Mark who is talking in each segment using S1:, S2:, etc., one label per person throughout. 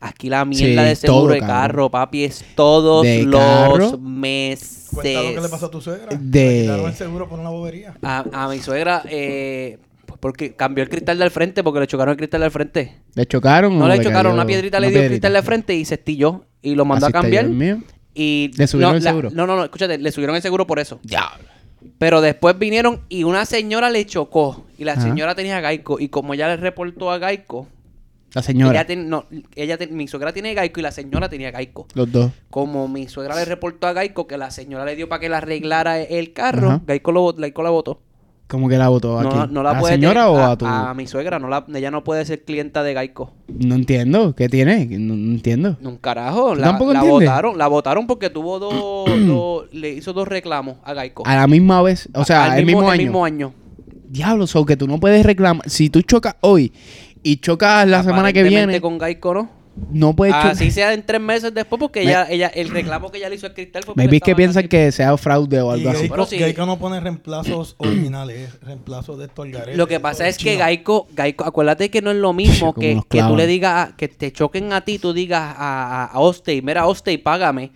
S1: aquí la mierda
S2: Sí,
S1: de seguro
S2: todo,
S1: de
S2: cabrón.
S1: carro, papi, es todos
S2: De
S1: los
S2: carro.
S1: meses.
S3: Cuenta lo que le pasó a tu suegra.
S2: De-
S3: Le quitaron el seguro por una bobería.
S1: A, a mi suegra, eh, porque cambió el cristal de al frente porque le chocaron el cristal de al frente.
S2: ¿Le chocaron?
S1: No
S2: o
S1: le chocaron,
S2: cayó
S1: una piedrita le
S2: una
S1: dio el
S2: piedrita?
S1: cristal de al frente y se estilló y lo mandó
S2: Así
S1: a
S2: está yo
S1: cambiar.
S2: el mío.
S1: Y
S2: ¿Le subieron
S1: no,
S2: el
S1: la-
S2: seguro?
S1: no, no, no, escúchate, le subieron el seguro por eso. Pero después vinieron y una señora le chocó y la
S2: Ajá.
S1: señora tenía Gaico y como ya le reportó a Gaico,
S2: La señora.
S1: ella ten- no, ella ten- mi suegra tiene Gaico y la señora tenía Gaico.
S2: Los dos.
S1: Como mi suegra le reportó a Gaico que la señora le dio para que le arreglara el carro,
S2: Ajá.
S1: Gaico, lo, bot- Gaico la votó.
S2: ¿Cómo que la votó aquí?
S1: No, no la
S2: ¿A la
S1: puede
S2: señora
S1: tener-
S2: o a,
S1: a
S2: tu...?
S1: a mi suegra, no la, ella no puede ser clienta de Gaico.
S2: No entiendo. ¿Qué tiene? No, no entiendo.
S1: No, un carajo. La,
S2: tampoco
S1: la
S2: entiendes?
S1: votaron, la votaron porque tuvo dos, dos- le hizo dos reclamos a Gaico.
S2: A la misma vez. O sea,
S1: Al
S2: Ah, el mismo,
S1: el
S2: año.
S1: mismo año.
S2: Diablo, so que tú no puedes reclamar. Si tú chocas hoy y chocas la semana que
S1: Aparentemente
S2: viene,
S1: con Ah, Gaico, ¿no?
S2: no puedes chocar.
S1: Así sea en tres meses después porque
S2: Me-
S1: ella, ella, el reclamo que ella le hizo al cristal fue porque
S2: Maybe es que
S1: estaban
S2: piensan
S1: así.
S2: que sea fraude o
S3: Y
S2: algo así.
S3: Geico,
S1: Bueno, sí.
S3: Geico no pone reemplazos originales, es reemplazos de estos algaretes.
S1: Lo que
S3: de
S1: pasa es
S3: estos
S1: que
S3: chinos.
S1: Gaico, Gaico, acuérdate que no es lo
S2: Como
S1: mismo que,
S2: nos
S1: que tú
S2: clavan.
S1: le digas, a- que te choquen a ti, tú digas a, a, a Ostey, mira Ostey, págame,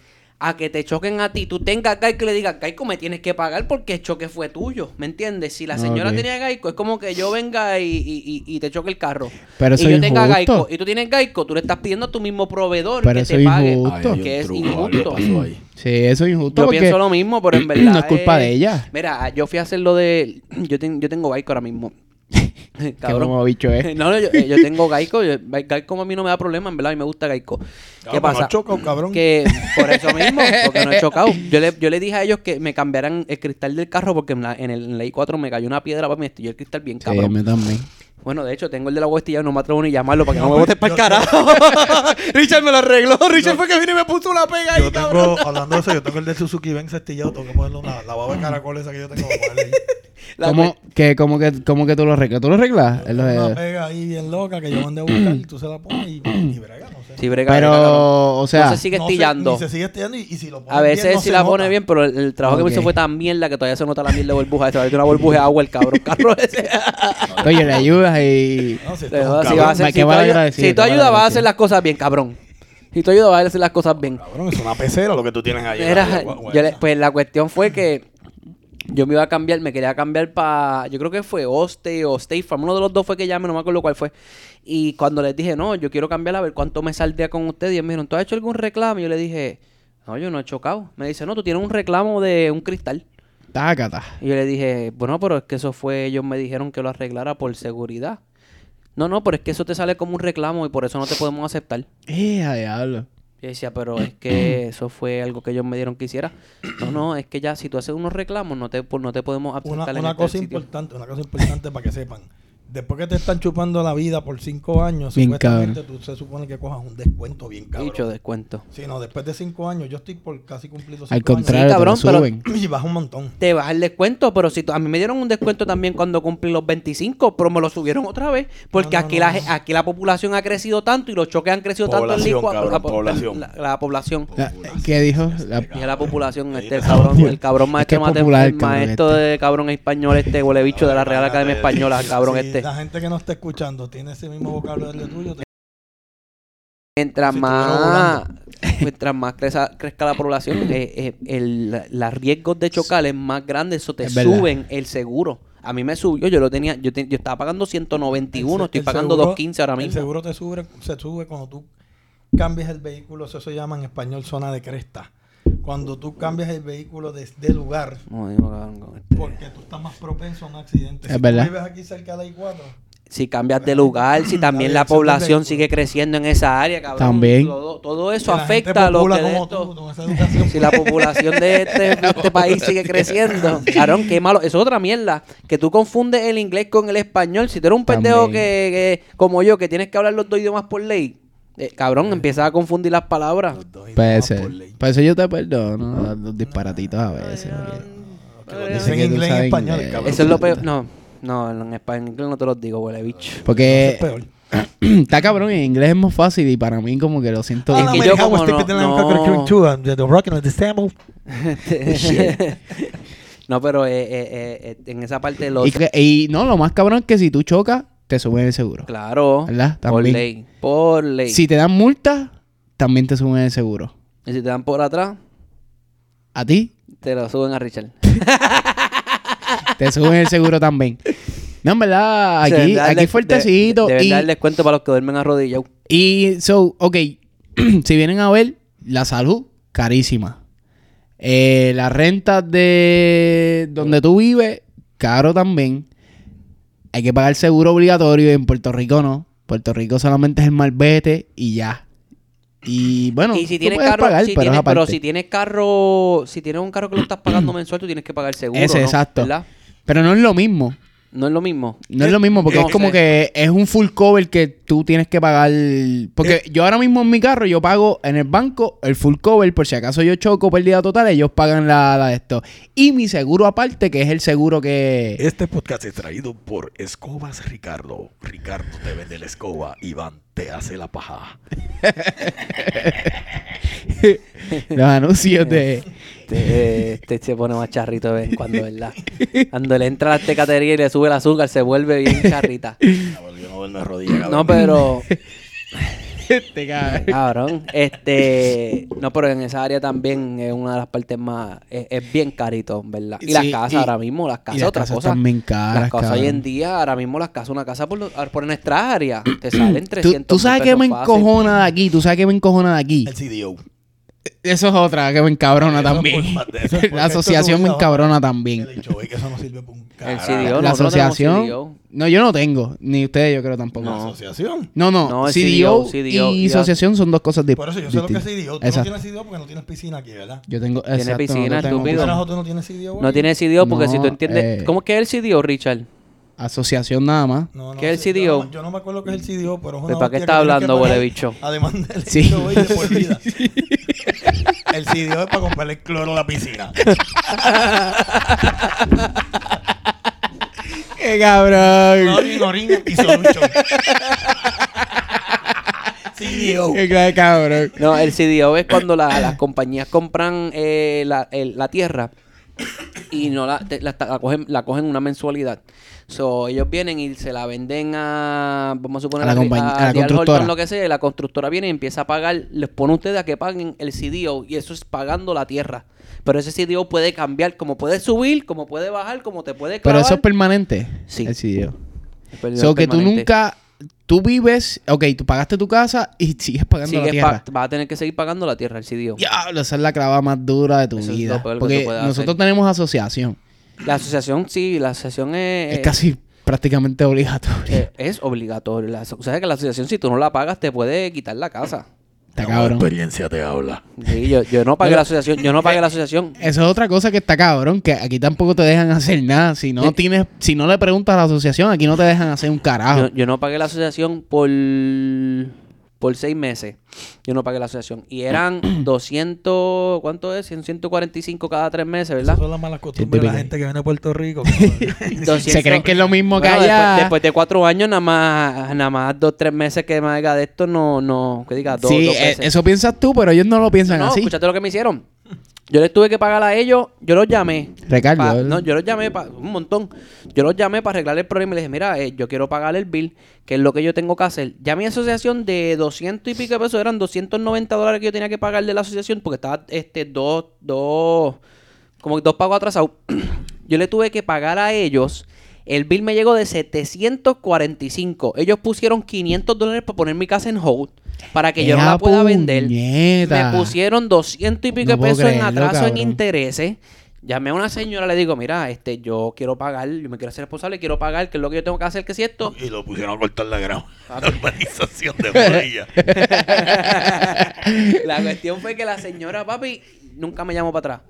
S1: a que te choquen a ti, tú tengas Gaico y le digas, Gaico, me tienes que pagar porque el choque fue tuyo, ¿me entiendes? Si la señora
S2: Ok.
S1: tenía Gaico, es como que yo venga y, y- y- y te choque el carro. y
S2: Pero eso
S1: yo
S2: es
S1: tenga
S2: injusto.
S1: Gaico, y tú tienes Gaico, tú le estás pidiendo a tu mismo proveedor
S2: Pero
S1: que
S2: eso
S1: te
S2: es
S1: pague.
S2: injusto.
S4: Ay, hay un
S1: Que es
S4: truco, algo
S1: injusto.
S4: pasó ahí.
S2: Sí, eso es injusto.
S1: Yo
S2: porque
S1: pienso lo mismo, pero en verdad.
S2: no es culpa de ella.
S1: Mira, yo fui a hacer lo de. Yo, ten- yo tengo Gaico ahora mismo.
S2: Qué como bicho es.
S1: No, no, yo, eh, yo tengo Gaico. yo- Gaico a mí no me da problema, en verdad. A mí me gusta Gaico. ¿Qué
S3: Cabrón, no
S1: pasa?
S3: has chocado, cabrón.
S1: Que por eso mismo, porque no he chocado. Yo le, yo le dije a ellos que me cambiaran el cristal del carro porque en la, en el, en la I4 me cayó una piedra para mí. Yo el cristal bien
S2: Sí, a
S1: cabrón.
S2: mí también.
S1: Bueno, de hecho, tengo el de la huestilla, no me atrevo ni llamarlo para que no me
S3: Yo-
S1: botes para el
S3: yo-
S1: carajo. Richard me lo arregló. Richard fue que vino y me puso una pega ahí,
S3: Yo
S1: cabrón.
S3: tengo, hablando de eso, yo tengo el de Suzuki Ven cestillado, tengo que ponerle una, la baba de caracol esa que yo tengo. para ponerle ahí.
S1: La
S2: ¿Cómo que, cómo que, cómo que tú lo arreglas? ¿Tú lo arreglas? Es lo de-
S3: Una pega ahí bien loca que yo mandé a buscar y tú se la pones y, y brega, no sé.
S1: Sí, brega, brega, cabrón.
S2: Pero, o sea,
S1: no se sigue
S3: No se-
S1: estillando.
S3: ni se sigue estillando y, y si lo pones
S1: A veces
S3: bien, no
S1: sí
S3: se
S1: la
S3: nota.
S1: pone bien, pero el, el trabajo que me hizo
S2: Ok.
S1: fue tan mierda que todavía se nota la mierda de burbuja. Se una burbuja de agua el cabrón. carro ese.
S2: oye, le ayudas y...
S3: No, si esto
S1: Le
S3: es un
S1: joda, si vas
S3: cabrón,
S1: a hacer-
S2: me
S1: si
S2: queda
S1: tú ayu-
S2: agradecido,
S1: si tú
S2: te
S1: ayudas, vas a hacer
S2: agradecido.
S1: las cosas bien, cabrón. Si tú ayudas, vas a hacer las cosas bien.
S3: cabrón, es una pecera lo que tú tienes ahí.
S1: Era-
S3: Ahí, guau, guau,
S1: yo le-
S3: esa.
S1: pues la cuestión fue que yo me iba a cambiar, me quería cambiar para, yo creo que fue Oste o State Farm, uno de los dos fue que llamé, no me acuerdo cuál fue. Y cuando les dije, no, yo quiero cambiar a ver cuánto me saldría con ustedes, y ellos me dijeron, ¿tú has hecho algún reclamo? Y yo le dije, no, yo no he chocado. Me dice, no, tú tienes un reclamo de un cristal.
S2: Tácata.
S1: Y yo le dije, bueno, pero es que eso fue, ellos me dijeron que lo arreglara por seguridad. No, no, pero es que eso te sale como un reclamo y por eso no te podemos aceptar.
S2: Eh, a diablo.
S1: Yo decía, pero es que eso fue algo que ellos me dieron que hiciera. No, no, es que ya si tú haces unos reclamos no te, po- no te podemos aceptar
S3: una,
S1: en
S3: una
S1: este
S3: cosa
S1: sitio.
S3: importante, una cosa importante para que sepan. Después que te están chupando la vida por cinco años,
S2: Bien
S3: supuestamente tú se supone que cojas un descuento bien cabrón.
S1: Dicho descuento.
S3: Sí, no, después de cinco años, yo estoy por casi cumplir los cinco
S2: Al contrario,
S1: Sí, cabrón,
S2: te lo
S1: pero-
S2: suben.
S3: años. Y baja un montón.
S1: Te baja el descuento, pero si tú- a mí me dieron un descuento también cuando cumplí los 25, pero me lo subieron otra vez. Porque
S3: No, no,
S1: aquí,
S3: no,
S1: la,
S3: no.
S1: ge- aquí la población ha crecido tanto y los choques han crecido tanto en
S4: Población,
S1: Licua-
S4: cabrón,
S1: la, po-
S4: población.
S1: la- la población.
S2: La- Ah, ¿Qué dijo? La-
S1: Dije la población, este el
S4: está,
S1: cabrón,
S2: tío.
S1: el cabrón
S2: Es
S1: maestro
S2: que es
S1: mate-
S2: popular,
S1: el
S2: cabrón,
S1: maestro
S2: este.
S1: de cabrón español este, huele bicho de la Real Academia Española, cabrón
S3: Si
S1: este.
S3: La gente que no está escuchando tiene ese mismo vocabulario tuyo. te-
S1: Mientras
S3: Si
S1: más,
S3: estuviera
S1: mientras más creza- crezca la población, eh, eh, el, la- los riesgos de chocar es más grande, eso te
S2: Es verdad.
S1: suben el seguro. A mí me subió, yo lo tenía, yo, te- yo estaba pagando 191,
S3: el-
S1: estoy
S3: el
S1: pagando
S3: seguro-
S1: 215 ahora
S3: El
S1: mismo.
S3: seguro te sube, se sube cuando tú cambias el vehículo. Eso se llama en español zona de cresta. Cuando tú cambias el vehículo desde el lugar,
S1: No, digo, cabrón, con este.
S3: porque tú estás más propenso a un accidente.
S2: Es
S3: si
S2: verdad.
S3: tú vives aquí cerca de la I4,
S1: Si cambias de lugar, si también la
S3: La dirección del
S1: población
S3: vehículo.
S1: sigue creciendo en esa área, cabrón.
S2: También.
S1: Todo, todo eso
S3: que la gente
S1: afecta a lo
S3: popula
S1: que de
S3: como
S1: esto-
S3: tú, con esa educación. pues,
S1: Si la población de este, de este país sigue creciendo. Cabrón, qué malo. Eso es otra mierda. Que tú confundes el inglés con el español. Si tú eres un pendejo que,
S2: También.
S1: que- como yo, que tienes que hablar los dos idiomas por ley, eh, cabrón, empiezas a confundir las palabras.
S3: Los dos
S2: Puede
S3: idiomas
S2: ser.
S3: por ley.
S2: Por eso yo te perdono los disparatitos a veces. porque-
S3: Que los
S1: Ay,
S2: ay, ay.
S3: dicen en
S2: Dicen
S3: inglés y
S2: que tú
S3: español,
S2: sabes
S3: cabrón.
S1: Eso es lo peor. No, no, en español no te los digo, huele bicho.
S3: Eso es
S2: Porque
S3: peor.
S2: está cabrón, en inglés es más fácil y para mí como que lo siento...
S1: Es
S3: Ah,
S1: que
S3: no,
S1: yo
S3: me cago,
S1: como
S3: estoy
S1: no-
S3: pidiendo
S1: no.
S3: un cocker cream too, and the rocking of the sample.
S1: no, pero eh, eh, eh, eh, en esa parte los...
S2: y, que- y no, lo más cabrón es que si tú chocas, te suben el seguro.
S1: Claro.
S2: ¿Verdad?
S1: Por
S2: También.
S1: ley. Por ley.
S2: Si te dan multa, también te suben el seguro.
S1: Y si te dan por atrás,
S2: A ti
S1: te lo suben a Richard.
S2: te suben el seguro también. No, en verdad,
S1: Se
S2: aquí,
S1: deben darle-
S2: aquí fuertecito.
S1: de- Deben
S2: y,
S1: dar descuento para los que duermen arrodillados.
S2: y, so, ok, si vienen a ver, la salud, carísima. Eh, las rentas de donde tú vives, caro también. Hay que pagar seguro obligatorio en Puerto Rico no. Puerto Rico solamente es el malvete y ya. Y bueno,
S1: y si
S2: tú
S1: tienes
S2: puedes
S1: carro,
S2: pagar,
S1: si
S2: pero es
S1: tienes- pero
S2: aparte.
S1: si tienes carro, si tienes un carro que lo estás pagando mensual, tú tienes que pagar seguro.
S2: Ese,
S1: ¿no?
S2: exacto.
S1: ¿Verdad?
S2: Pero no es lo mismo.
S1: No es lo mismo.
S2: No es lo mismo, porque
S1: No
S2: es como
S1: sé.
S2: que es un full cover que tú tienes que pagar. Porque yo ahora mismo en mi carro, yo pago en el banco el full cover, por si acaso yo choco pérdida total, ellos pagan la, la de esto. Y mi seguro aparte, que es el seguro que.
S4: Este podcast es traído por Escobas Ricardo. Ricardo te vende la escoba, Iván te hace la paja.
S2: los anuncios de.
S1: Este, este se pone más charrito de vez en cuando, ¿verdad? Cuando le entra la tecatería y le sube el azúcar, se vuelve bien charrita.
S4: Yo no duermo de rodillas.
S1: No, pero,
S2: Este cabrón.
S1: cabrón, este, no, pero en esa área también es una de las partes más, es, es bien carito, ¿verdad? Y las
S2: Sí,
S1: casas
S2: y-
S1: ahora mismo, las casas,
S2: las
S1: otra
S2: casas
S1: cosa.
S2: están bien caras,
S1: las casas hoy
S2: cabrón.
S1: en día, ahora mismo las casas, una casa por, lo- ah, por nuestra área, te salen
S2: ¿Tú,
S1: 300
S2: tú sabes
S1: mil
S2: que me
S1: pesos fácil.
S2: encojona de aquí, tú sabes que me encojona de aquí.
S4: El CDO.
S2: Eso es otra que me encabrona
S4: Eso
S2: también.
S4: por más de- eso es
S2: La
S3: porque esto
S2: asociación
S3: tú
S2: me
S3: ves ahora.
S2: encabrona
S4: El
S2: también.
S4: hecho es que eso no sirve para un
S1: El
S4: carajo.
S1: CDO,
S2: la
S1: nosotros tenemos CDO.
S2: asociación. No, yo no tengo. Ni ustedes, yo creo tampoco.
S1: No.
S4: La asociación.
S2: No, no.
S1: No, es
S2: CDO,
S1: CDO, CDO,
S2: y
S1: y
S2: asociación son dos cosas dip-
S3: Por
S2: distintas.
S3: eso yo sé lo que es CDO. Tú
S2: Exacto.
S3: no tienes CDO porque no tienes piscina aquí, ¿verdad?
S2: Yo tengo...
S1: piscina,
S2: exacto, no tengo
S3: ¿Tú,
S1: estúpido.
S2: piscina.
S3: carajo, tú no tienes CDO?
S1: No
S3: aquí?
S1: tiene CDO porque si tú
S2: No,
S1: entiendes...
S2: eh.
S1: ¿Cómo es que es el CDO, Richard?
S2: Asociación nada más.
S3: No, no
S1: ¿Qué es el
S3: sé, yo
S1: CDO?
S3: no- Yo no, me acuerdo qué es el CDO, pero es
S1: ¿Pero
S3: una
S1: Pues, para qué
S3: hostia
S1: está
S3: que
S1: hablando,
S3: tienes que
S1: huele
S3: pagar,
S1: bicho?
S3: Además del
S2: Sí.
S3: CDO y de por vida. El CDO es para comprarle cloro a la piscina.
S2: ¡Qué cabrón!
S3: Chlorine, orine y solution. CDO.
S2: ¡Qué clase de cabrón!
S1: No, el CDO es cuando la- las compañías compran eh, la, el- la tierra y no la, te- la, la cogen la cogen una mensualidad. So, ellos vienen y se la venden a, vamos a suponer,
S2: A la compañ- a la
S1: Real Horton,
S2: constructora.
S1: lo que sea, y la constructora viene y empieza a pagar, les pone a ustedes a que paguen el CDO y eso es pagando la tierra. Pero ese CDO puede cambiar, como puede subir, como puede bajar, como te puede
S2: Pero
S1: clavar.
S2: eso es permanente.
S1: Sí.
S2: El CDO.
S1: es
S2: O
S1: pérdida
S2: que tú
S1: permanente.
S2: nunca... Tú vives... Ok, tú pagaste tu casa y sigues pagando la
S1: Sigues
S2: tierra.
S1: pa- vas a tener que seguir pagando la tierra, el CDO.
S2: Diablo, esa es la clava más dura de tu
S1: Eso es
S2: vida.
S1: lo peor que
S2: Porque
S1: tú puedes
S2: nosotros
S1: hacer.
S2: tenemos asociación.
S1: La asociación, sí, la asociación es...
S2: es casi prácticamente obligatorio.
S1: Eh, es obligatorio. La, aso- o sea, que la asociación, si tú no la pagas, te puede quitar la casa. Eh,
S2: Está
S4: La
S2: cabrón.
S4: experiencia te habla.
S1: Sí, yo, yo no pagué la asociación. Yo no pagué
S2: Eh,
S1: la asociación.
S2: Eso es otra cosa que está cabrón, que aquí tampoco te dejan hacer nada. Si no
S1: Sí.
S2: tienes, si no le preguntas a la asociación, aquí no te dejan hacer un
S1: Yo,
S2: carajo.
S1: yo no pagué la asociación por, por seis meses. Yo no pagué la asociación. Y eran 200, ¿cuánto es? 100, 145 cada tres meses, ¿verdad?
S3: Esas son las malas costumbres de la
S2: Típica.
S3: gente que viene a Puerto Rico. cabrón.
S1: 200.
S2: Se creen que es lo mismo que
S1: Bueno,
S2: allá.
S1: después, después de cuatro años, nada más, nada más dos, tres meses que me haga de esto, no, no, que diga dos,
S2: sí,
S1: dos
S2: eh,
S1: veces.
S2: eso piensas tú, pero ellos no lo piensan
S1: No,
S2: así.
S1: escúchate lo que me hicieron. Yo les tuve que pagar a ellos, yo los llamé.
S2: Recargo,
S1: Pa-
S2: ¿verdad?
S1: no, yo los llamé para un montón. Yo los llamé para arreglar el problema y les dije, mira, eh, yo quiero pagar el bill, que es lo que yo tengo que hacer. Ya mi asociación de 200 y pico de pesos eran 290 dólares que yo tenía que pagar de la asociación porque estaba este dos, dos, como que dos pagos atrasados. yo le tuve que pagar a ellos. El bill me llegó de 745. Ellos pusieron 500 dólares para poner mi casa en hold para que yo no
S2: ¡Ea,
S1: la pueda vender.
S2: puñeta!
S1: Me pusieron 200 y pico
S2: No
S1: de
S2: puedo
S1: pesos en
S2: creerlo,
S1: atraso en
S2: cabrón.
S1: intereses. Llamé a una señora, le digo, mira, este, yo quiero pagar, yo me quiero hacer responsable, quiero pagar, que es lo que yo tengo que hacer, que si esto.
S4: Y lo pusieron a cortar la grama.
S1: Papi.
S4: La urbanización de Morilla.
S1: la cuestión fue que la señora, papi, nunca me llamó para atrás.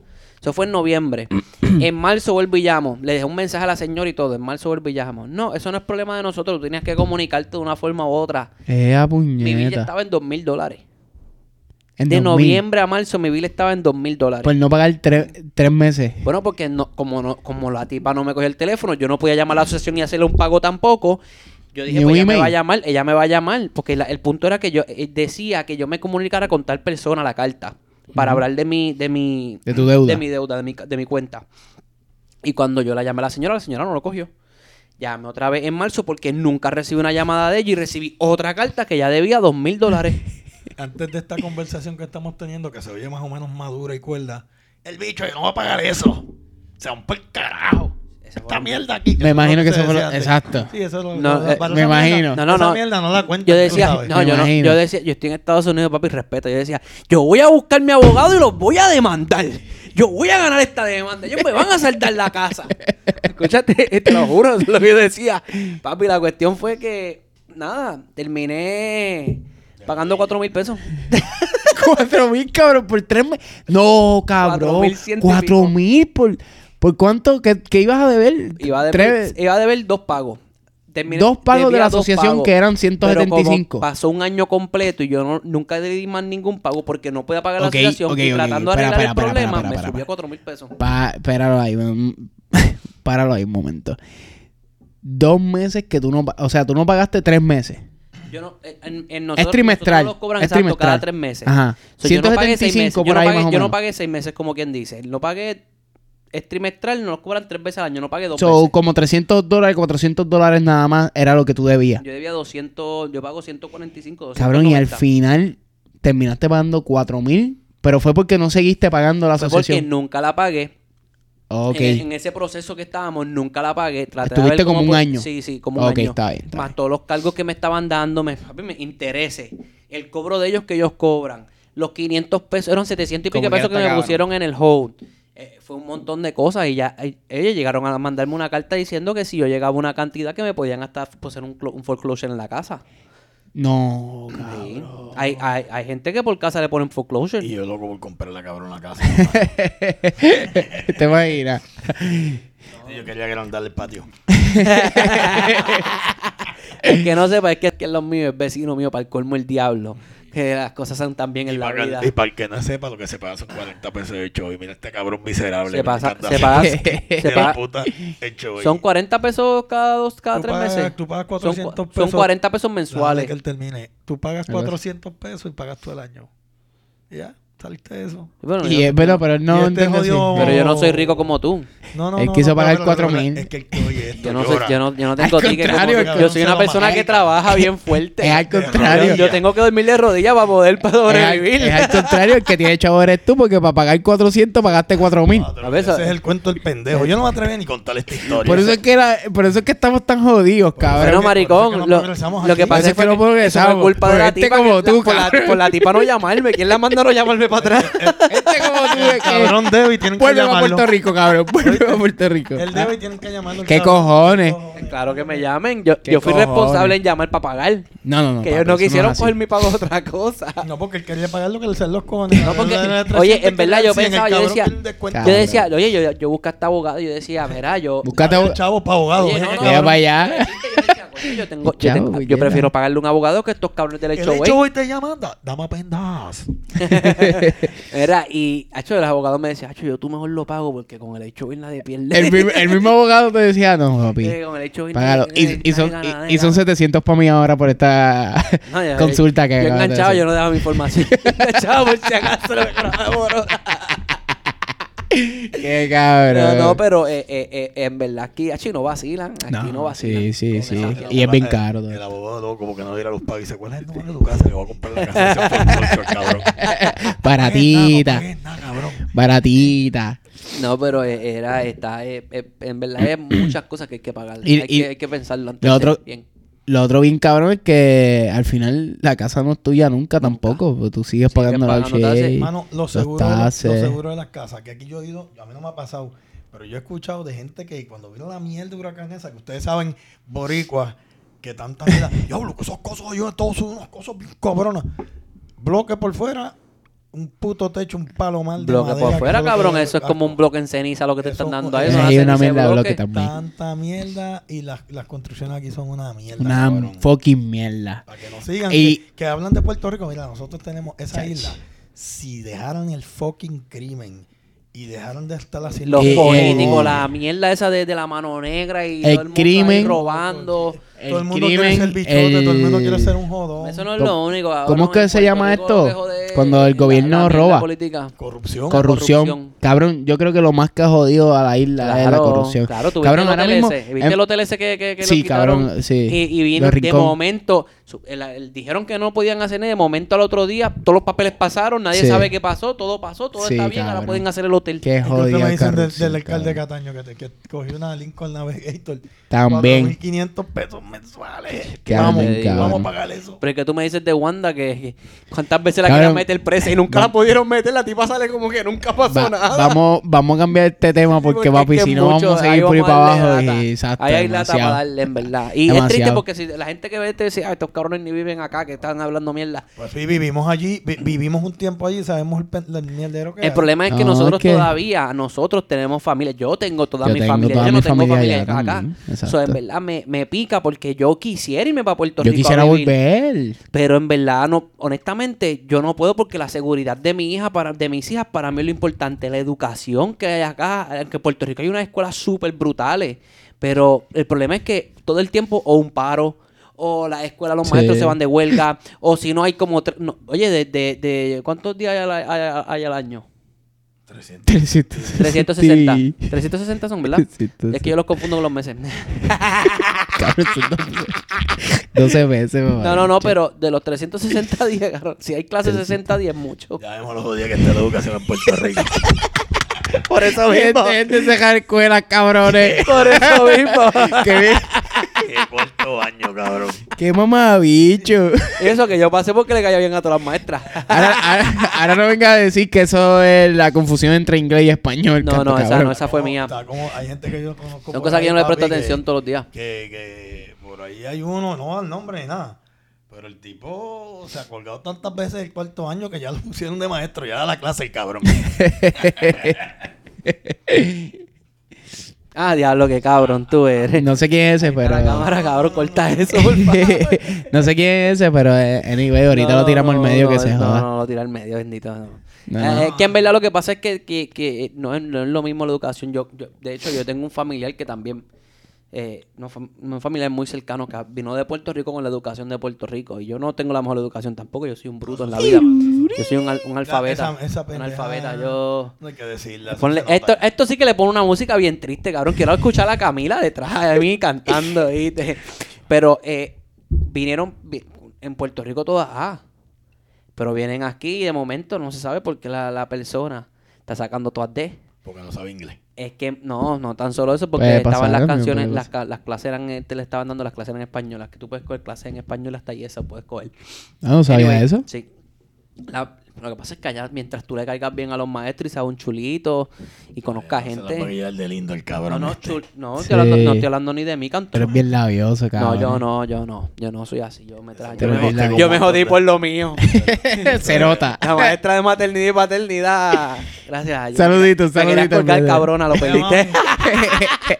S1: Eso fue en noviembre. en marzo vuelvo y llamo. Le dejé un mensaje a la señora y todo. En marzo vuelvo y llamo. No, eso no es problema de nosotros. Tú tenías que comunicarte de una forma u otra.
S2: Ea,
S1: Mi bill ya
S2: puñeta.
S1: estaba en dos mil dólares.
S2: En
S1: De
S2: 2000,
S1: noviembre a marzo mi bill estaba en dos mil dólares.
S2: Por no pagar tres, tres meses.
S1: Bueno, porque no, como no, como la tipa no me cogió el teléfono, yo no podía llamar a la asociación y hacerle un pago tampoco. Yo dije,
S2: Ni
S1: pues
S2: un
S1: ella me
S2: email.
S1: va a llamar, ella me va a llamar. Porque la- el punto era que yo eh, decía que yo me comunicara con tal persona la carta. Para hablar de mi, de mi,
S2: De tu deuda.
S1: de mi deuda, de mi, ca- de mi cuenta. Y cuando yo la llamé a la señora, la señora no lo cogió. Llamé otra vez en marzo porque nunca recibí una llamada de ella y recibí otra carta que ya debía dos mil dólares.
S3: antes de esta conversación que estamos teniendo, que se oye más o menos madura y cuerda, el bicho, yo no voy a pagar eso. Se va un pel carajo.
S1: Esa fue
S3: Esta
S1: la-
S3: mierda aquí.
S2: Me imagino que eso
S3: ustedes
S2: fue lo-
S3: decían antes.
S2: exacto.
S3: Sí, eso es lo
S1: No,
S3: lo-
S1: eh,
S3: para
S2: me
S3: esa mierda-
S2: imagino.
S1: No, no,
S3: esa
S1: no.
S3: mierda no la cuentan.
S1: Yo
S3: tú
S1: decía,
S3: sabes.
S1: no,
S2: Me
S1: yo no,
S2: imagino.
S1: yo decía, yo estoy en Estados Unidos, papi, respeto. Yo decía, yo voy a buscar mi abogado y los voy a demandar. Yo voy a ganar esta demanda. Ellos me van a saltar la casa. Escúchate, eh, te lo juro, eso es lo que yo decía. Papi, la cuestión fue que, nada, terminé pagando cuatro mil pesos.
S2: Cuatro mil, cabrón, por tres meses. No, cabrón.
S1: 4.100 y
S2: Cuatro
S1: pico.
S2: mil por. ¿Por cuánto? ¿Qué, qué ibas a beber?
S1: Iba a
S2: Tres-
S1: deber, iba a deber dos pagos. Terminé-
S2: Dos pagos de
S1: debía
S2: la
S1: dos
S2: asociación
S1: pagos.
S2: que eran
S1: Pero como
S2: 175.
S1: pasó un año completo y yo no- nunca le di más ningún pago porque no podía pagar
S2: Ok,
S1: la asociación
S2: ok,
S1: y
S2: ok.
S1: tratando de
S2: Espera,
S1: arreglar
S2: espera,
S1: el
S2: espera,
S1: problema
S2: espera,
S1: me
S2: espera,
S1: subió
S2: espera.
S1: cuatro mil pesos.
S2: Pa- espéralo ahí. mm, Páralo ahí un momento. Dos meses que tú no. pa- O sea, tú no pagaste tres meses.
S1: Yo no, eh, en- en, en nosotros,
S2: es trimestral.
S1: nosotros los cobran
S2: es
S1: exacto
S2: trimestral.
S1: cada tres meses.
S2: Ajá.
S1: So, yo no pagué
S2: 175
S1: seis meses. yo,
S2: por
S1: no
S2: ahí
S1: pagué,
S2: más o
S1: yo
S2: menos.
S1: no pagué seis meses, como quien dice. No pagué, es trimestral, nos cobran tres veces al año, no pagué dos
S2: So,
S1: veces.
S2: como 300 dólares, 400 dólares nada más era lo que tú debías.
S1: Yo debía 200, yo pago 145, 290.
S2: Cabrón, y al final terminaste pagando 4 mil, pero fue porque no seguiste pagando la
S1: Fue porque
S2: asociación.
S1: nunca la pagué.
S2: Ok.
S1: En, e, en ese proceso que estábamos, nunca la pagué. Traté de
S2: Estuviste
S1: ver cómo
S2: como un
S1: pod-
S2: año.
S1: Sí, sí, como un
S2: Ok,
S1: año.
S2: está bien, está
S1: Más
S2: bien.
S1: todos los cargos que me estaban dando, me, papi, me intereses. El cobro de ellos que ellos cobran. Los 500 pesos, eran 700 y
S2: Como
S1: pico
S2: que
S1: pesos que
S2: hasta
S1: me
S2: cabrón.
S1: pusieron en el hold. Eh, fue un montón de cosas y ya eh, ellos llegaron a mandarme una carta diciendo que si yo llegaba a una cantidad que me podían hasta poseer un, clo- un foreclosure en la casa.
S2: No,
S1: Sí.
S2: cabrón.
S1: Hay, hay, hay gente que por casa le ponen foreclosure.
S4: Y yo loco por comprar la cabrona casa.
S2: Te vas a ir a...
S4: yo quería agrandar el patio.
S1: El que no sepa es que, es que es lo mío, es vecino mío, para el colmo el diablo. Que las cosas son tan bien en
S4: Y
S1: la
S4: para,
S1: vida.
S4: el, y para el que no sepa, lo que se paga son 40 pesos de show. Y mira este cabrón miserable.
S1: Se
S4: que
S1: pasa,
S4: anda
S1: se
S4: haciendo
S1: paga,
S4: de
S1: se
S4: la
S1: paga-
S4: puta el show.
S1: Son 40 pesos cada dos, cada
S3: Tú
S1: tres
S3: pagas-
S1: meses.
S3: tú pagas
S1: Son cua-
S3: 400
S1: Son,
S3: pesos.
S1: 40 pesos
S3: Dale
S1: mensuales.
S3: que él termine. Tú pagas
S2: Algo así.
S3: 400 pesos y pagas todo el año. ¿Ya? ¿Saliste de eso?
S1: Bueno,
S2: Y
S1: yo-
S2: es verdad, pero él
S3: Y
S2: no
S3: este
S2: entiende así.
S3: jodió-
S1: Pero yo no soy rico como tú.
S3: No,
S2: Él quiso pagar
S3: pero, pero,
S2: 4.000.
S3: Es que el que oye esto
S1: Yo no, soy,
S4: llora.
S1: yo no, yo no tengo
S2: Al
S1: ticket. como
S2: contrario,
S1: tú. yo
S3: cabrón,
S1: soy
S3: se
S1: una
S3: lo
S1: persona que
S3: maneja.
S1: trabaja bien
S2: Es
S1: fuerte.
S2: al contrario.
S1: Yo, yo tengo que dormir de rodillas para poder para
S2: es,
S1: sobrevivir.
S2: al, es al contrario, el que tiene chavo eres tú, porque para pagar 400 pagaste 4 mil.
S4: Cuatro
S1: A veces-
S4: veces.
S3: Ese es el cuento del pendejo. Yo no me atreví ni
S4: Ni
S3: con...
S4: contar esta historia.
S2: Por eso es que, era- por eso es que estamos tan jodidos,
S1: Bueno,
S2: cabrón.
S3: por
S1: maricón,
S3: eso es que no
S1: lo,
S3: progresamos
S1: lo que
S3: aquí.
S2: Por eso
S1: pasa
S2: es
S1: es
S2: que
S1: que
S2: no
S1: eso
S2: progresamos,
S1: fue culpa de la
S2: porque este
S1: tipa.
S2: como
S1: que-
S2: tú,
S1: la- por, la,
S2: cabrón.
S1: por la tipa no llamarme. ¿Quién la manda a no llamarme para atrás?
S2: Este como tú, que-
S3: Cabrón Debbie, tienen que
S2: Vuelve a
S3: llamarlo.
S2: Puerto Rico, cabrón. Vuelve a Puerto Rico. Ah,
S3: El Debbie tienen que llamarlo.
S2: ¿Qué
S3: cabrón.
S2: cojones?
S1: Claro que me llamen. Yo,
S2: ¿Qué
S1: yo fui
S2: cojones?
S1: responsable en llamar para pagar.
S2: No, no, no.
S1: que
S2: papi,
S1: ellos no
S2: eso es
S1: quisieron
S2: así.
S1: coger mi pago de otra cosa.
S3: No, porque él quería pagar lo que le salen los cojones.
S1: No, porque-
S3: Le dan
S1: oye,
S3: 300
S1: en verdad
S3: que le
S1: yo
S3: dan 100, el
S1: pensaba, yo
S3: cabrón
S1: decía-
S3: tiene un descuento.
S2: Cabrón.
S1: Yo decía, oye, yo, yo busqué a este abogado. Yo decía, verá, yo.
S2: Búscate
S3: El chavo para abogado.
S1: Oye,
S3: ¿eh?
S1: no, no,
S2: Vaya
S1: cabrón.
S2: para allá.
S1: Yo decía, coño, Yo, tengo, yo,
S2: Chavo,
S1: tengo- yo
S2: puñeta.
S1: prefiero pagarle a un abogado que estos cabrones del
S3: El
S1: hecho,
S3: hecho
S1: güey.
S3: hoy te llama, anda, dame pendas.
S1: Era, y hecho el abogado me decía, hecho yo tú mejor lo pago porque con el hecho nadie pierde.
S2: El, mismo- el mismo abogado te decía, no,
S1: Eh,
S2: papi.
S1: con el hecho
S2: Págalo. Y, y son, y, y son 700 para mí ahora por esta consulta que
S1: Yo
S2: acabas de
S1: enganchado,
S2: hacer.
S1: yo no dejaba mi información. enganchado por si acaso lo que no me borró.
S2: Qué cabrón.
S1: No, no, pero eh, eh, eh, en verdad aquí, aquí no vacilan. Aquí no, vacilan.
S2: Sí, sí,
S1: Con
S2: sí.
S1: esa
S2: Y es bien caro.
S4: El,
S2: todo.
S4: abogado loco porque no diera los pagos y dice, ¿cuál es el número de tu casa? Le voy a comprar la casa. Ese fue el mucho, cabrón.
S2: Baratita.
S3: Pagué nada, cabrón.
S2: Baratita.
S1: No, pero eh, era, está, eh, eh, en verdad hay muchas cosas que hay que pagar.
S2: Y-
S1: hay,
S2: y-
S1: que, hay que pensarlo antes.
S2: lo
S1: de-
S2: otro-
S1: bien.
S2: Lo otro bien cabrón es que al final la casa no es tuya nunca tampoco. porque Tú sigues pagando la
S1: pagando taxes.
S2: noche.
S3: Mano, los seguros, de la- los
S2: taxes.
S3: seguros de las casas, que aquí yo he ido, a mí no me ha pasado, pero yo he escuchado de gente que cuando vino la mierda de huracán esa, que ustedes saben, boricuas, que tanta mierda, diablo, que esos cosas yo de todos son unas cosas bien cabronas. Bloque por fuera, un puto techo, un palo mal de
S1: Bloque
S3: madera,
S1: por
S3: que
S1: fuera,
S3: lo que-
S1: cabrón. Eso es
S3: ah,
S1: como un bloque en ceniza lo que te
S3: Eso-
S1: están dando ahí.
S3: Ahí
S1: eso
S2: Hay
S1: es ceniza de
S2: una mierda de
S1: bloque.
S2: bloque también.
S3: Tanta mierda y las, las construcciones aquí son una mierda.
S2: Una
S3: cabrón.
S2: fucking mierda.
S3: Para que nos sigan.
S2: Y-
S3: que, que hablan de Puerto Rico. Mira, nosotros tenemos esa
S2: Chach.
S3: isla. Si dejaran el fucking crimen y dejaran de estar haciendo...
S1: Los
S2: Eh,
S1: políticos,
S2: eh,
S1: la mierda esa de, de la mano negra y
S2: el
S1: todo el mundo ahí
S2: crimen.
S1: robando.
S3: Todo el mundo quiere ser bichote, todo el mundo quiere ser un jodón.
S1: Eso no es
S2: ¿Cómo-
S1: lo único. ahora
S2: cómo es que
S1: en
S2: se
S1: Puerto
S2: llama
S1: Rico
S2: esto?
S1: lo que jode
S2: Cuando el
S1: es
S2: gobierno
S1: mierda
S2: roba.
S1: política.
S3: Corrupción.
S2: corrupción.
S1: corrupción.
S2: Cabrón, yo creo que lo más que ha jodido a la isla es la
S1: Claro,
S2: corrupción.
S1: Claro, tú
S2: cabrón,
S1: viste el
S2: ahora
S1: hotel
S2: mismo.
S1: ese. ¿Viste
S2: em-
S1: el hotel ese que, que, que lo
S2: sí,
S1: quitaron?
S2: cabrón, sí.
S1: Y, y vino
S2: Los
S1: de
S2: Rincón.
S1: momento, Su- el- el- dijeron que no podían hacer nada. De momento al otro día, todos los papeles pasaron, nadie
S2: Sí.
S1: sabe qué pasó, todo pasó, todo
S2: Sí,
S1: está bien, ahora
S2: cabrón.
S1: pueden hacer el hotel.
S2: Qué
S3: Es que usted
S2: jodida
S3: me dicen del,
S2: corrupción,
S3: del alcalde
S2: cabrón.
S3: Cataño que, te- que cogió una Lincoln Navigator.
S2: También.
S3: 4.500 pesos mensuales.
S2: Qué
S3: vamos,
S1: orden,
S3: vamos
S2: cabrón.
S3: a pagar eso.
S1: Pero es que tú me dices de Wanda que, que cuántas veces la
S2: Cabrón,
S1: querían meter presa y nunca
S2: va-
S1: la pudieron meter, la tipa sale como que nunca pasó
S2: Va-
S1: nada.
S2: vamos, vamos a cambiar este tema porque,
S1: es
S2: papi,
S1: que
S2: si no
S1: mucho-
S2: vamos a
S1: ahí
S2: seguir por ahí
S1: vamos a
S2: para
S1: darle
S2: abajo.
S1: lata.
S2: y- exacto,
S1: ahí hay lata
S2: demasiado.
S1: para darle, en verdad. Y es triste
S2: Demasiado.
S1: porque si la gente que ve te dice, ah, estos cabrones ni viven acá, que están hablando mierda.
S3: Pues sí, vivimos allí, vi- vivimos un tiempo allí, sabemos el, pen- el mierdero que
S1: El
S3: hay.
S1: problema es que
S2: No,
S1: nosotros
S2: es que-
S1: todavía, nosotros tenemos familia. Yo tengo toda
S2: Yo
S1: mi
S2: tengo
S1: familia,
S2: toda
S1: yo
S2: mi
S1: no tengo
S2: familia
S1: familia
S2: allá
S1: acá.
S2: también,
S1: O
S2: exacto.
S1: sea, en verdad me, me pica porque yo quisiera irme para Puerto
S2: Yo
S1: Rico. a
S2: quisiera
S1: vivir.
S2: volver.
S1: Pero en verdad, no, honestamente, yo no puedo porque la seguridad de mi hija, para, de mis hijas, para mí es lo importante. La educación que hay acá, aunque en Puerto Rico hay unas escuelas súper brutales. Pero el problema es que todo el tiempo o un paro, o la escuela, los
S2: Sí.
S1: maestros se van de huelga, o si no hay como... tre- no, oye, de, de- de- ¿cuántos días hay al, hay- hay al año? 360. 360 son, ¿verdad? Es que yo los confundo con los meses.
S2: Cabrón, son 12 veces, mamá.
S1: No, no, no, pero de los 360 días, cabrón, si hay clases 60 días, es mucho.
S4: Ya vemos los jodidos que está la educación en Puerto Rico.
S1: Por eso
S2: Gente, gente se escuelas, cabrones.
S1: Por eso mismo.
S2: qué,
S4: Qué cuarto año, cabrón.
S2: qué mamabicho.
S1: Eso que yo pasé porque le caía bien a todas las maestras.
S2: Ahora, ahora- ahora no venga a decir que eso es la confusión entre inglés y español.
S1: No,
S2: canto
S1: no, esa
S2: cabrón.
S1: no, esa fue
S3: Como-
S1: mía.
S3: está como- hay gente que yo conozco.
S1: Son
S3: por
S1: cosas
S3: ahí,
S1: que yo no le presto
S3: papi, que-
S1: atención todos los días.
S3: Que, que por ahí hay uno, no al nombre ni nada. Pero el tipo se ha colgado tantas veces el cuarto año que ya lo pusieron de maestro, ya da la clase el cabrón.
S1: Ah, diablo, qué cabrón tú eres.
S2: No sé quién es ese, pero.
S1: La cámara, cabrón, corta eso, por favor.
S2: no sé quién es ese, pero eh, anyway, ahorita
S1: No,
S2: lo tiramos
S1: no,
S2: al medio
S1: no,
S2: que se
S1: no, No,
S2: joda.
S1: no, lo tira al medio, bendito. no.
S2: No,
S1: Eh,
S2: no.
S1: es que en verdad lo que pasa es que, que- que, eh, no, es, no es lo mismo la educación. Yo, yo- de hecho, yo tengo un familiar que también, eh, no, fam- un familiar muy cercano que vino de Puerto Rico con la educación de Puerto Rico. Y yo no tengo la mejor educación tampoco, yo soy un bruto en la vida. Yo soy un, al- un alfabeta.
S3: Esa- esa
S1: un
S3: pendeja.
S1: alfabeta, yo...
S3: No hay que decirla. eso
S1: Ponle-
S3: se nota.
S1: esto, esto sí que le pone una música bien triste, cabrón. Quiero escuchar a Camila detrás de mí cantando, ¿viste? Pero eh, vinieron vi- en Puerto Rico todas A. Pero vienen aquí y de momento no se sabe por qué la, la persona está sacando todas D.
S4: Porque no sabe inglés.
S1: Es que no, no tan solo eso, porque
S2: Puede
S1: estaban
S2: pasar,
S1: las
S2: amigo,
S1: canciones,
S2: puede
S1: las, ca- las clases eran, eh, te le estaban dando las clases en español. Las que tú puedes coger clases en español hasta ahí, esa puedes coger.
S2: Ah, no sabía
S1: Anyway,
S2: eso.
S1: Sí. La- lo que pasa es que allá, mientras tú le caigas bien a los maestros y seas un chulito y conozcas
S4: Eh, Se la
S1: gente.
S4: va a guiar de lindo el
S1: No,
S4: cabrón.
S1: no,
S4: este.
S1: chul- no,
S2: Sí.
S1: estoy hablando, no estoy hablando ni de mí,
S2: Tú
S1: canto.
S2: eres bien labioso,
S1: No,
S2: cabrón.
S1: yo no, yo no, yo no soy así. Yo me, tra- yo
S2: Tú eres
S1: me,
S2: bien
S1: jod-
S2: labioso.
S1: yo me jodí por lo mío.
S2: se nota.
S1: La maestra de maternidad y paternidad. Gracias a Dios.
S2: Saluditos,
S1: Me querías
S2: saluditos,
S1: colgar,
S2: brother.
S1: cabrona, lo
S3: Mira, mami,
S1: perdiste.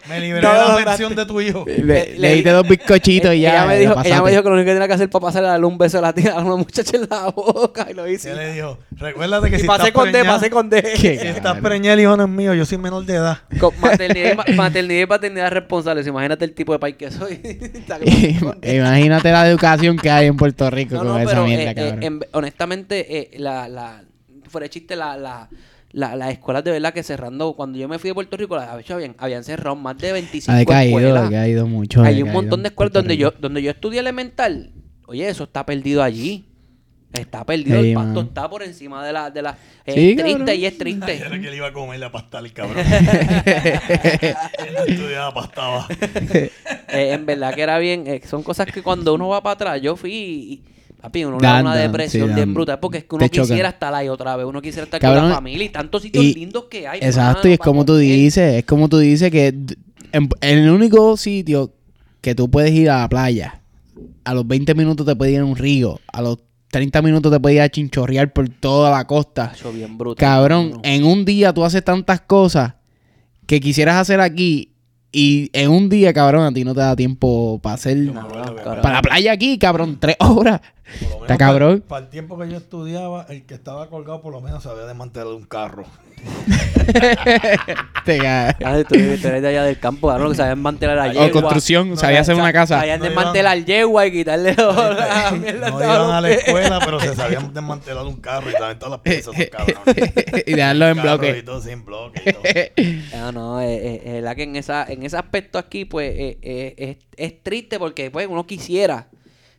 S3: Me libré
S1: No,
S3: de
S1: no,
S3: la
S1: no,
S3: mención de tu hijo.
S2: Le,
S1: Le-
S2: le,
S1: le-
S2: diste dos bizcochitos y ya.
S1: ella, me
S2: la
S1: dijo, ella
S2: pasaste.
S1: me dijo que lo único que tenía que hacer para pasar era darle un beso a la tía a una muchacha en la boca y lo
S3: Se
S1: hice.
S3: le dijo, recuérdate que
S1: Y
S3: si
S1: pasé
S3: estás
S1: con D,
S3: preñada-
S1: pasé con D.
S2: Qué
S3: Si estás
S2: cabrón.
S3: preñada, el hijo no es mío, yo soy menor de edad.
S1: Con maternidad, y, ma- maternidad y paternidad responsables. Imagínate el tipo de país que soy. Está cabrón.
S2: Imagínate la educación que hay en Puerto Rico
S1: No,
S2: con
S1: no,
S2: esa
S1: pero
S2: mierda,
S1: eh, eh,
S2: cabrón.
S1: en- honestamente, eh, la, la, fuera de chiste, la, la, la- las escuelas de verdad que cerrando, cuando yo me fui de Puerto Rico, las habían, habían cerrado más de 25
S2: ha decaído, ha
S1: escuelas.
S2: decaído mucho. ha
S1: Hay un
S2: decaído
S1: montón de
S2: en
S1: escuelas
S2: Puerto
S1: donde
S2: Rico.
S1: yo, donde yo estudié elemental. Oye, eso está perdido allí. Está perdido,
S2: Sí,
S1: el pasto
S2: mano.
S1: está por encima de la... De la es
S2: Sí,
S1: triste
S2: cabrón.
S1: y es triste.
S3: Era que le iba a comer la pasta al cabrón. Él no estudiaba, pastaba.
S1: Eh, en verdad que era bien. eh, son cosas que cuando uno va para atrás, yo fui y, papi, uno le da
S2: Dan,
S1: una
S2: dan,
S1: depresión
S2: sí,
S1: bien
S2: dan.
S1: brutal porque es que
S2: Te
S1: uno
S2: chocan.
S1: quisiera estar ahí otra vez, uno quisiera estar con
S2: Cabrón,
S1: la familia y tantos sitios
S2: y-
S1: lindos que hay.
S2: Exacto,
S1: mano,
S2: y es
S1: para
S2: como tú
S1: coger.
S2: dices, es como tú dices que d- en, en el único sitio que tú puedes ir a la playa, a los 20 minutos te puedes ir a un río, a los 30 minutos te puedes ir a chinchorrear por toda la costa.
S1: Tacho, bien brutal.
S2: Cabrón, eh,
S1: mano.
S2: en un día tú haces tantas cosas que quisieras hacer aquí y en un día, cabrón, a ti no te da tiempo para hacer...
S1: Cabrón,
S3: Para
S1: cabrón.
S2: Para la playa aquí, cabrón, tres horas.
S3: Por lo menos
S2: Está cabrón.
S3: Para, el tiempo que yo estudiaba, el que estaba colgado por lo menos sabía desmantelar un carro.
S2: Te ca-
S1: Ay, tú, tú eres de allá del campo, cabrón, que sabían mantener la yegua.
S2: O construcción,
S3: No,
S2: sabía hacer
S1: Sa-
S2: una casa.
S1: Sabían
S3: No
S1: desmantelar yegua y quitarle los- la mierda
S3: no
S1: a todos
S3: iban a la
S1: los-
S3: escuela, pero se sabían desmantelar un carro y también todas las piezas, esos cabrones.
S2: y dejarlo en
S3: Carros
S2: bloque.
S3: y todo, sin bloque y todo.
S1: No, no, eh, eh, es verdad que en, esa, en ese aspecto aquí, pues, eh, eh, es, es triste porque, pues, uno quisiera,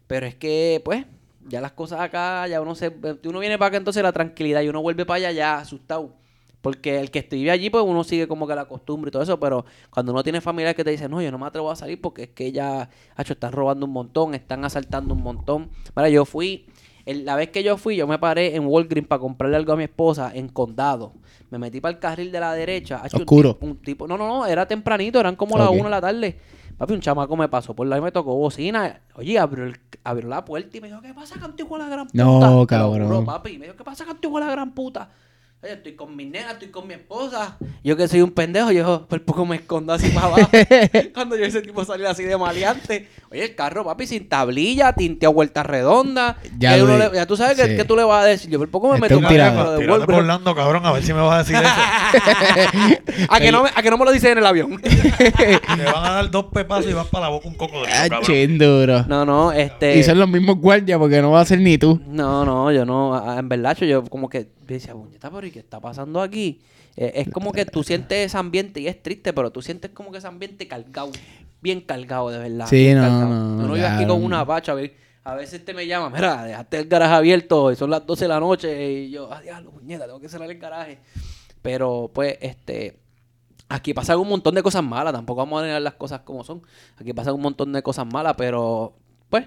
S1: Pero es que, pues, ya las cosas acá, ya uno se. Uno viene para acá, entonces la tranquilidad y uno vuelve para allá ya asustado. Porque el que vive allí, pues uno sigue como que la costumbre y todo eso, pero cuando uno tiene familiares que te dicen, no, yo no me atrevo a salir porque es que ya, hacho, están robando un montón, están asaltando un montón. Mira, yo fui, el- la vez que yo fui, yo me paré en Walgreens para comprarle algo a mi esposa en Condado. Me metí para el carril de la derecha. hacho, un
S2: Oscuro.
S1: tipo- un tipo, no, no, no, era tempranito, eran como las
S2: Ok.
S1: 1 de la tarde. Papi, un chamaco me pasó por la y me tocó bocina. Oye, abrió, el- abrió la puerta y me dijo, ¿qué pasa, cantijo la gran puta?
S2: No,
S1: Te lo
S2: cabrón.
S1: juro, papi. Me dijo, ¿qué pasa, cantijo la gran puta? Oye, estoy con mi nena, estoy con mi esposa. Yo que soy un pendejo, yo por poco me escondo así para abajo. Cuando yo ese tipo salir así de maleante. Oye, el carro, papi, sin tablilla, tinteado vuelta redonda.
S2: Ya
S1: Que
S2: lo
S1: uno
S2: vi.
S1: le- ya tú sabes que,
S2: Sí.
S1: que tú le vas a decir. Yo por poco me
S2: Este
S1: meto
S2: es un
S1: con el
S2: tirado.
S1: carro de
S3: Tírate por
S1: Wolverine.
S3: Orlando, cabrón, a ver si me vas a decir eso.
S1: a, que no me, a que no me lo dicen en el avión. Eh.
S3: Te van a dar dos pepazos y vas para la boca un coco de
S2: Ah,
S3: cabrón.
S2: chin, duro.
S1: no, no, este.
S2: Y son los mismos guardias porque no va a ser ni tú.
S1: No, no, yo no, a- a- en verdad, yo- yo como que yo decía, puñeta, pero ¿y qué está pasando aquí? Eh, es como que tú sientes ese ambiente y es triste, pero tú sientes como que ese ambiente cargado, bien cargado, de verdad.
S2: Sí,
S1: bien
S2: no,
S1: cargado.
S2: no,
S1: Yo no vivo aquí
S2: claro,
S1: con
S2: no.
S1: una pacha, a, ver, a veces te me llama, mira, dejaste el garaje abierto y son las 12 de la noche y yo, ah, diablo, puñeta, tengo que cerrar el garaje. Pero, pues, este, Aquí pasan un montón de cosas malas, tampoco vamos a negar las cosas como son. Aquí pasan un montón de cosas malas, pero pues,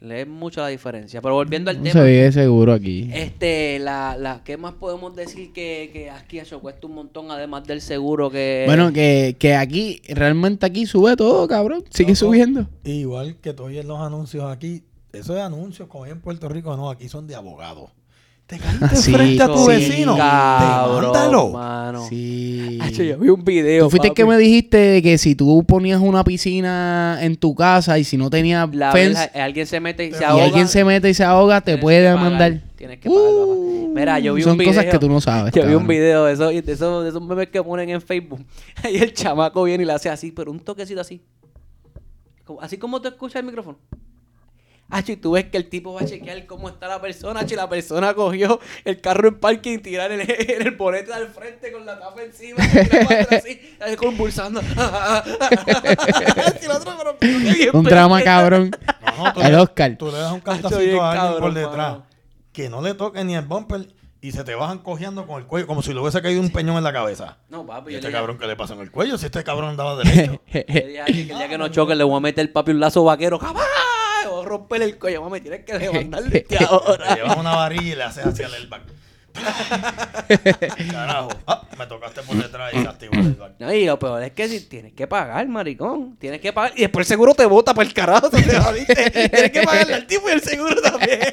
S1: le es mucha la diferencia. Pero volviendo al
S2: No
S1: tema,
S2: se vive seguro aquí.
S1: este, la, la, ¿qué más podemos decir que, que aquí eso cuesta un montón, además del seguro que.
S2: Bueno, que, que aquí, realmente aquí sube todo, cabrón. Sigue
S3: Loco.
S2: subiendo.
S3: Igual que tú oyes los anuncios aquí, esos anuncios como hay en Puerto Rico, no, aquí son de abogados. Te caíste
S2: sí,
S3: frente a tu
S2: sí,
S3: vecino.
S1: cabrón,
S3: Demándalo.
S1: mano.
S2: Sí.
S1: Hacho, Ah, yo vi un video.
S2: Tú fuiste el que
S1: papi.
S2: me dijiste que si tú ponías una piscina en tu casa y si no tenías
S1: La
S2: fence
S1: verja, alguien se mete y se
S2: y
S1: ahoga.
S2: alguien se mete y se ahoga, te
S1: tienes
S2: puede
S1: que pagar,
S2: demandar.
S1: Tienes que pagar, papá.
S2: Uh,
S1: Mira, yo vi
S2: Son
S1: un video.
S2: cosas que tú no sabes.
S1: Yo vi un
S2: Pues cabrón.
S1: video de esos, de esos, de esos memes que ponen en Facebook. Y el chamaco viene y le hace así, pero un toquecito así. Como- así como tú escuchas el micrófono. Ah, y tú ves que el tipo va a chequear cómo está la persona. Acho, y la persona cogió el carro en parking, tirar el, el bonete al frente con la tapa encima. y tira para atrás así, así convulsando. Y el otro, pero, pero qué bien
S2: Un drama, cabrón.
S3: No, no, tú,
S2: El
S3: le-
S2: Oscar.
S3: tú le das un
S1: Cacho,
S3: cantacito
S1: bien
S3: a alguien
S1: cabrón,
S3: por detrás.
S1: mano.
S3: Que no le toque ni el bumper y se te bajan cojeando con el cuello, como si le hubiese caído un peñón en la cabeza.
S1: No, papi,
S3: ¿Y
S1: yo le
S3: este
S1: dije-
S3: cabrón que le pasó en el cuello? Si este cabrón andaba derecho.
S1: yo le dije a alguien que el día que no choque le voy a meter papi un lazo vaquero. ¡Jamás! Voy a romperle el cuello. Mami, tienes que levantarle este ahora.
S3: le llevas una varilla y le haces hacia el airbag. Carajo. Ah, me tocaste por detrás y se activó el airbag.
S1: No, y lo peor es que si tienes que pagar, maricón. Tienes que pagar. Y después el seguro te bota para el carajo. te jodiste. tienes que pagarle al tipo y el seguro también.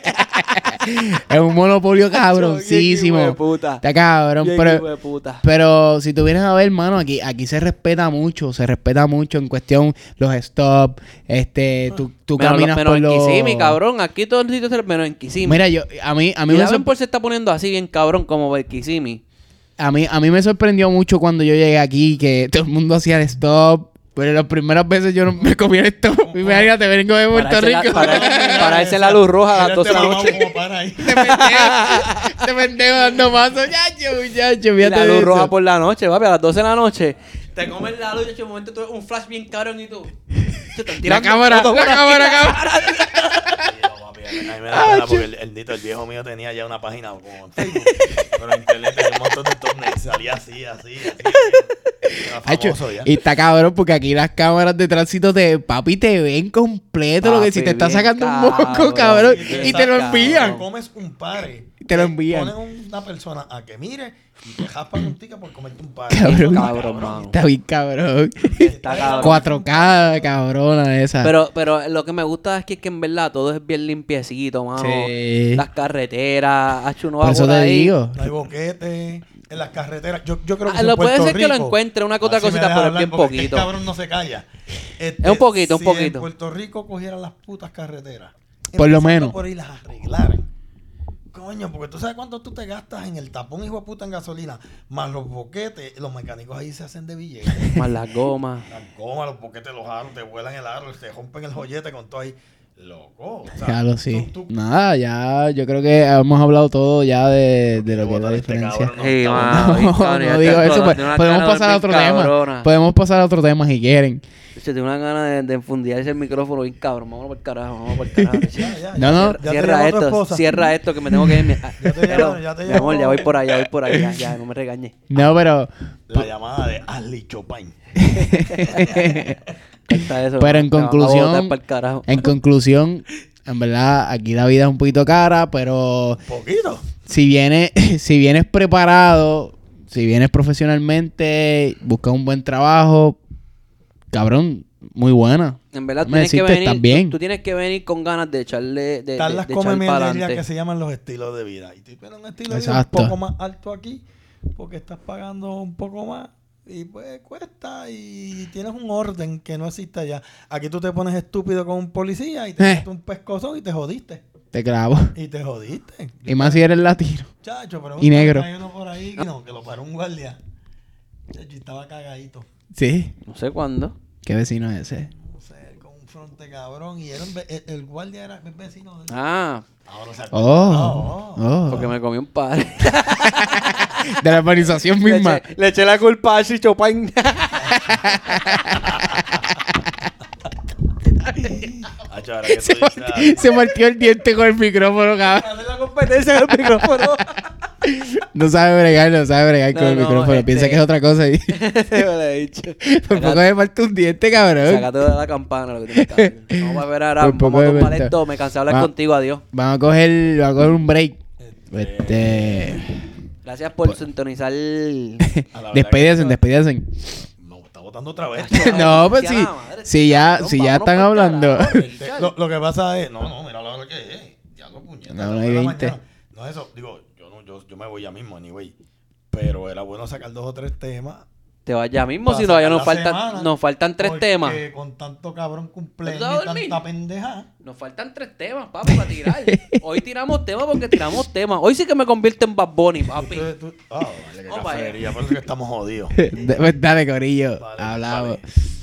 S2: Es un monopolio
S1: Bien hijo de
S2: cabroncísimo.
S1: puta.
S2: Está cabrón,
S1: Bien
S2: pero...
S1: hijo de puta.
S2: Pero si tú vienes a ver, hermano, aquí, aquí se respeta mucho, se respeta mucho en cuestión los stop, este, tú, tú
S1: menos,
S2: caminas
S1: menos
S2: por
S1: en
S2: los...
S1: Kissimmee, cabrón. Aquí todos los sitios se- menos en Kissimmee.
S2: Mira, yo, a mí, a mí,
S1: y
S2: me
S1: la
S2: sor-
S1: por se está poniendo así bien cabrón como el Kissimmee.
S2: a, mí, a mí me sorprendió mucho cuando yo llegué aquí que todo el mundo hacía el stop, pero las primeras veces yo no me comía el stop. Y me te vengo de Puerto
S1: Para ese la-
S2: Rico.
S1: para- para ese la luz roja a las 12
S3: Mira
S1: de la
S3: mamá
S1: noche.
S3: como para ahí.
S2: Este pendejo- este pendejo dando paso, muchacho, muchacho,
S1: Y
S2: fíjate
S1: la
S2: de
S1: luz
S2: eso.
S1: roja por la noche, papi, a las 12 de la noche. Te comes la luz y en un momento tú ves un flash bien cabrón y tú. Se están
S2: La
S1: tirando
S2: cámara,
S1: fotos
S2: la
S1: por aquí.
S2: cámara, cámara.
S3: Sí, no, papi, a mí me da
S2: Ah,
S3: pena porque el, el Nito, el viejo mío, tenía ya una página como en Facebook. pero en internet tenía un montón de thumbnails. Salía así, así, así. así. Era
S2: Hacho,
S3: famoso ya.
S2: Ah, y está cabrón porque aquí las cámaras de tránsito te, papi, te ven completo lo que si
S1: Papi,
S2: te está
S1: bien
S2: sacando un moco,
S1: cabrón.
S2: cabrón,
S1: Sí,
S2: y te lo
S1: está
S2: envían.
S1: cabrón.
S3: comes un pare.
S2: Te lo envían.
S3: Ponen una persona a que mire y te jaspan un ticket por comerte un pare.
S2: Cabrón.
S1: Cabrón, mano.
S2: Está bien cabrón.
S1: Está cabrón.
S2: 4K, cabrona esa.
S1: Pero, pero lo que me gusta es que, que en verdad todo es bien limpiecito, mano.
S2: Sí.
S1: Las carreteras, hacho, uno va
S2: Por eso
S1: por
S2: te
S1: ahí.
S2: digo.
S3: No hay boquete, en las carreteras. Yo, yo creo que
S1: Ah,
S3: si en
S1: lo puede
S3: Puerto
S1: ser que lo
S3: Rico-
S1: encuentre una que otra
S3: Así me
S1: cosita,
S3: dejas
S1: pero es
S3: hablar
S1: bien
S3: porque que
S1: poquito.
S3: El cabrón no se calla. Este,
S1: Es un poquito, un
S3: si
S1: poquito.
S3: en Puerto Rico cogieran las putas carreteras.
S2: Por lo
S3: empezando
S2: menos.
S3: Por ahí las arreglaran. Coño, porque tú sabes cuánto tú te gastas en el tapón, hijo de puta, en gasolina. Más los boquetes, los mecánicos ahí se hacen de billetes.
S1: Más las gomas.
S3: las gomas, los boquetes, los aros, te vuelan el aro, te rompen el joyete con todo ahí. Loco. o sea,
S2: Ya lo sí.
S3: tú- tú-
S2: Nada, ya yo creo que hemos hablado todo ya de, de lo que es la
S4: Botar este
S2: diferencia.
S4: cabrón, no,
S1: Ey,
S4: está
S1: mano,
S2: No,
S1: cabrón, ya
S2: no digo
S1: está
S2: eso,
S1: todo-
S2: pues,
S1: tiene una
S2: podemos
S1: cara de
S2: pasar a otro
S1: dormir
S2: tema. Pues-
S1: cabrona.
S2: Podemos pasar a otro tema si quieren.
S1: Se tiene una gana de, de enfundirse el micrófono bien cabrón. Vámonos por el carajo, vámonos por el carajo.
S3: Ya, ya,
S2: No,
S3: ya.
S2: no.
S3: Ya te
S1: Cierra
S3: llamó tu
S1: esto,
S3: esposa.
S1: cierra esto que me tengo que ir. mi- ah,
S3: Ya te
S1: pero,
S3: llamó, ya te
S1: Mi amor,
S3: llamó.
S1: ya voy por allá, voy por allá. Ya, no me regañes.
S2: No, pero
S4: La llamada de Ali Chopin.
S1: Corta eso,
S2: Pero en
S1: te van a botar
S2: conclusión, eh,
S1: pa'l carajo.
S2: en conclusión, en verdad, aquí la vida es un poquito cara, pero
S3: Poquito.
S2: si vienes, si vienes preparado, si vienes profesionalmente, buscas un buen trabajo, cabrón, muy buena.
S1: En verdad,
S2: Me
S1: tienes que
S2: deciste,
S1: venir.
S2: estás bien.
S1: Tú, tú tienes que venir con ganas de echarle. De,
S3: Están
S1: de-
S3: las
S1: de echar para
S3: comemelerías que
S1: adelante.
S3: se llaman los estilos de vida. Y tú tienes un estilo
S2: Exacto.
S3: de vida un poco más alto aquí porque estás pagando un poco más y pues cuesta y tienes un orden que no existe allá. Aquí tú te pones estúpido con un policía y te
S2: Eh.
S3: metes un pescozón y te jodiste.
S2: Te clavo.
S3: Y te jodiste.
S2: Y más si eres latino.
S3: Chacho, pero
S2: Y negro.
S3: hay uno por ahí que, no, que lo paró un guardia. Chacho, y estaba cagadito.
S2: Sí.
S1: No sé cuándo.
S2: ¿Qué vecino es ese?
S3: No sé, con un fronte cabrón. Y era un ve- el, el guardia era el vecino de él.
S1: Ah,
S3: Ahora se acuerda.
S2: Oh.
S3: No.
S2: oh.
S1: porque me comí un par.
S2: De la urbanización
S1: le,
S2: misma.
S1: eché, le eché la culpa a Chichopán.
S4: Ah, ahora que
S2: Oh. Se,
S4: estoy-
S2: partió, se partió el diente con el micrófono, cabrón.
S1: Hacer la competencia del micrófono.
S2: No sabe bregar, no sabe bregar con
S1: No,
S2: el
S1: no,
S2: micrófono. Piensa
S1: este-
S2: que es otra cosa. Y...
S1: Te lo he dicho.
S2: Por poco me falta un diente, cabrón.
S1: Sácate de la campana lo que tienes que hacer. Vamos a ver ahora.
S2: Por poco
S1: Vamos a
S2: de
S1: tumbar
S2: verdad. Ah.
S1: esto. Me cansé de hablar
S2: Va.
S1: contigo. Adiós.
S2: Vamos a coger, vamos a coger un break. Este...
S1: Gracias por sintonizar. el-
S4: Ah, la verdad
S2: Despídense,
S4: que-
S2: despídense.
S4: No, está votando otra vez.
S2: No, pues
S1: Hostia,
S2: si,
S1: la madre,
S2: si ya,
S1: cabrón,
S2: si ya
S1: vámonos
S2: están
S1: pa'l
S2: hablando.
S1: carajo,
S3: Este,
S1: Richard.
S3: lo, lo que pasa es, no, no, mira la hora que es. Ya lo puñetas.
S2: No,
S3: las
S2: no
S3: nueve
S2: hay
S3: de la
S2: 20.
S3: mañana. No, eso, digo, yo, no, yo, yo me voy ya mismo, anyway. Pero era bueno sacar dos o tres temas.
S1: Te vas ya mismo,
S3: para
S1: si no, ya
S3: sacar
S1: nos
S3: la semana,
S1: faltan, nos faltan tres
S3: porque
S1: temas.
S3: Con tanto cabrón cumpleaños
S1: ¿Tú te vas
S3: y
S1: a dormir?
S3: tanta pendeja.
S1: Nos faltan tres temas, papi, para tirar. Hoy tiramos temas porque tiramos temas. Hoy sí que me convierto en Bad Bunny, papi.
S3: Tú- tú- ah, vale, qué
S1: Vamos para allá.
S3: cafetería, por eso que estamos jodidos.
S2: pues, Dale, Corillo.
S3: Vale,
S2: Hablamos.
S3: vale.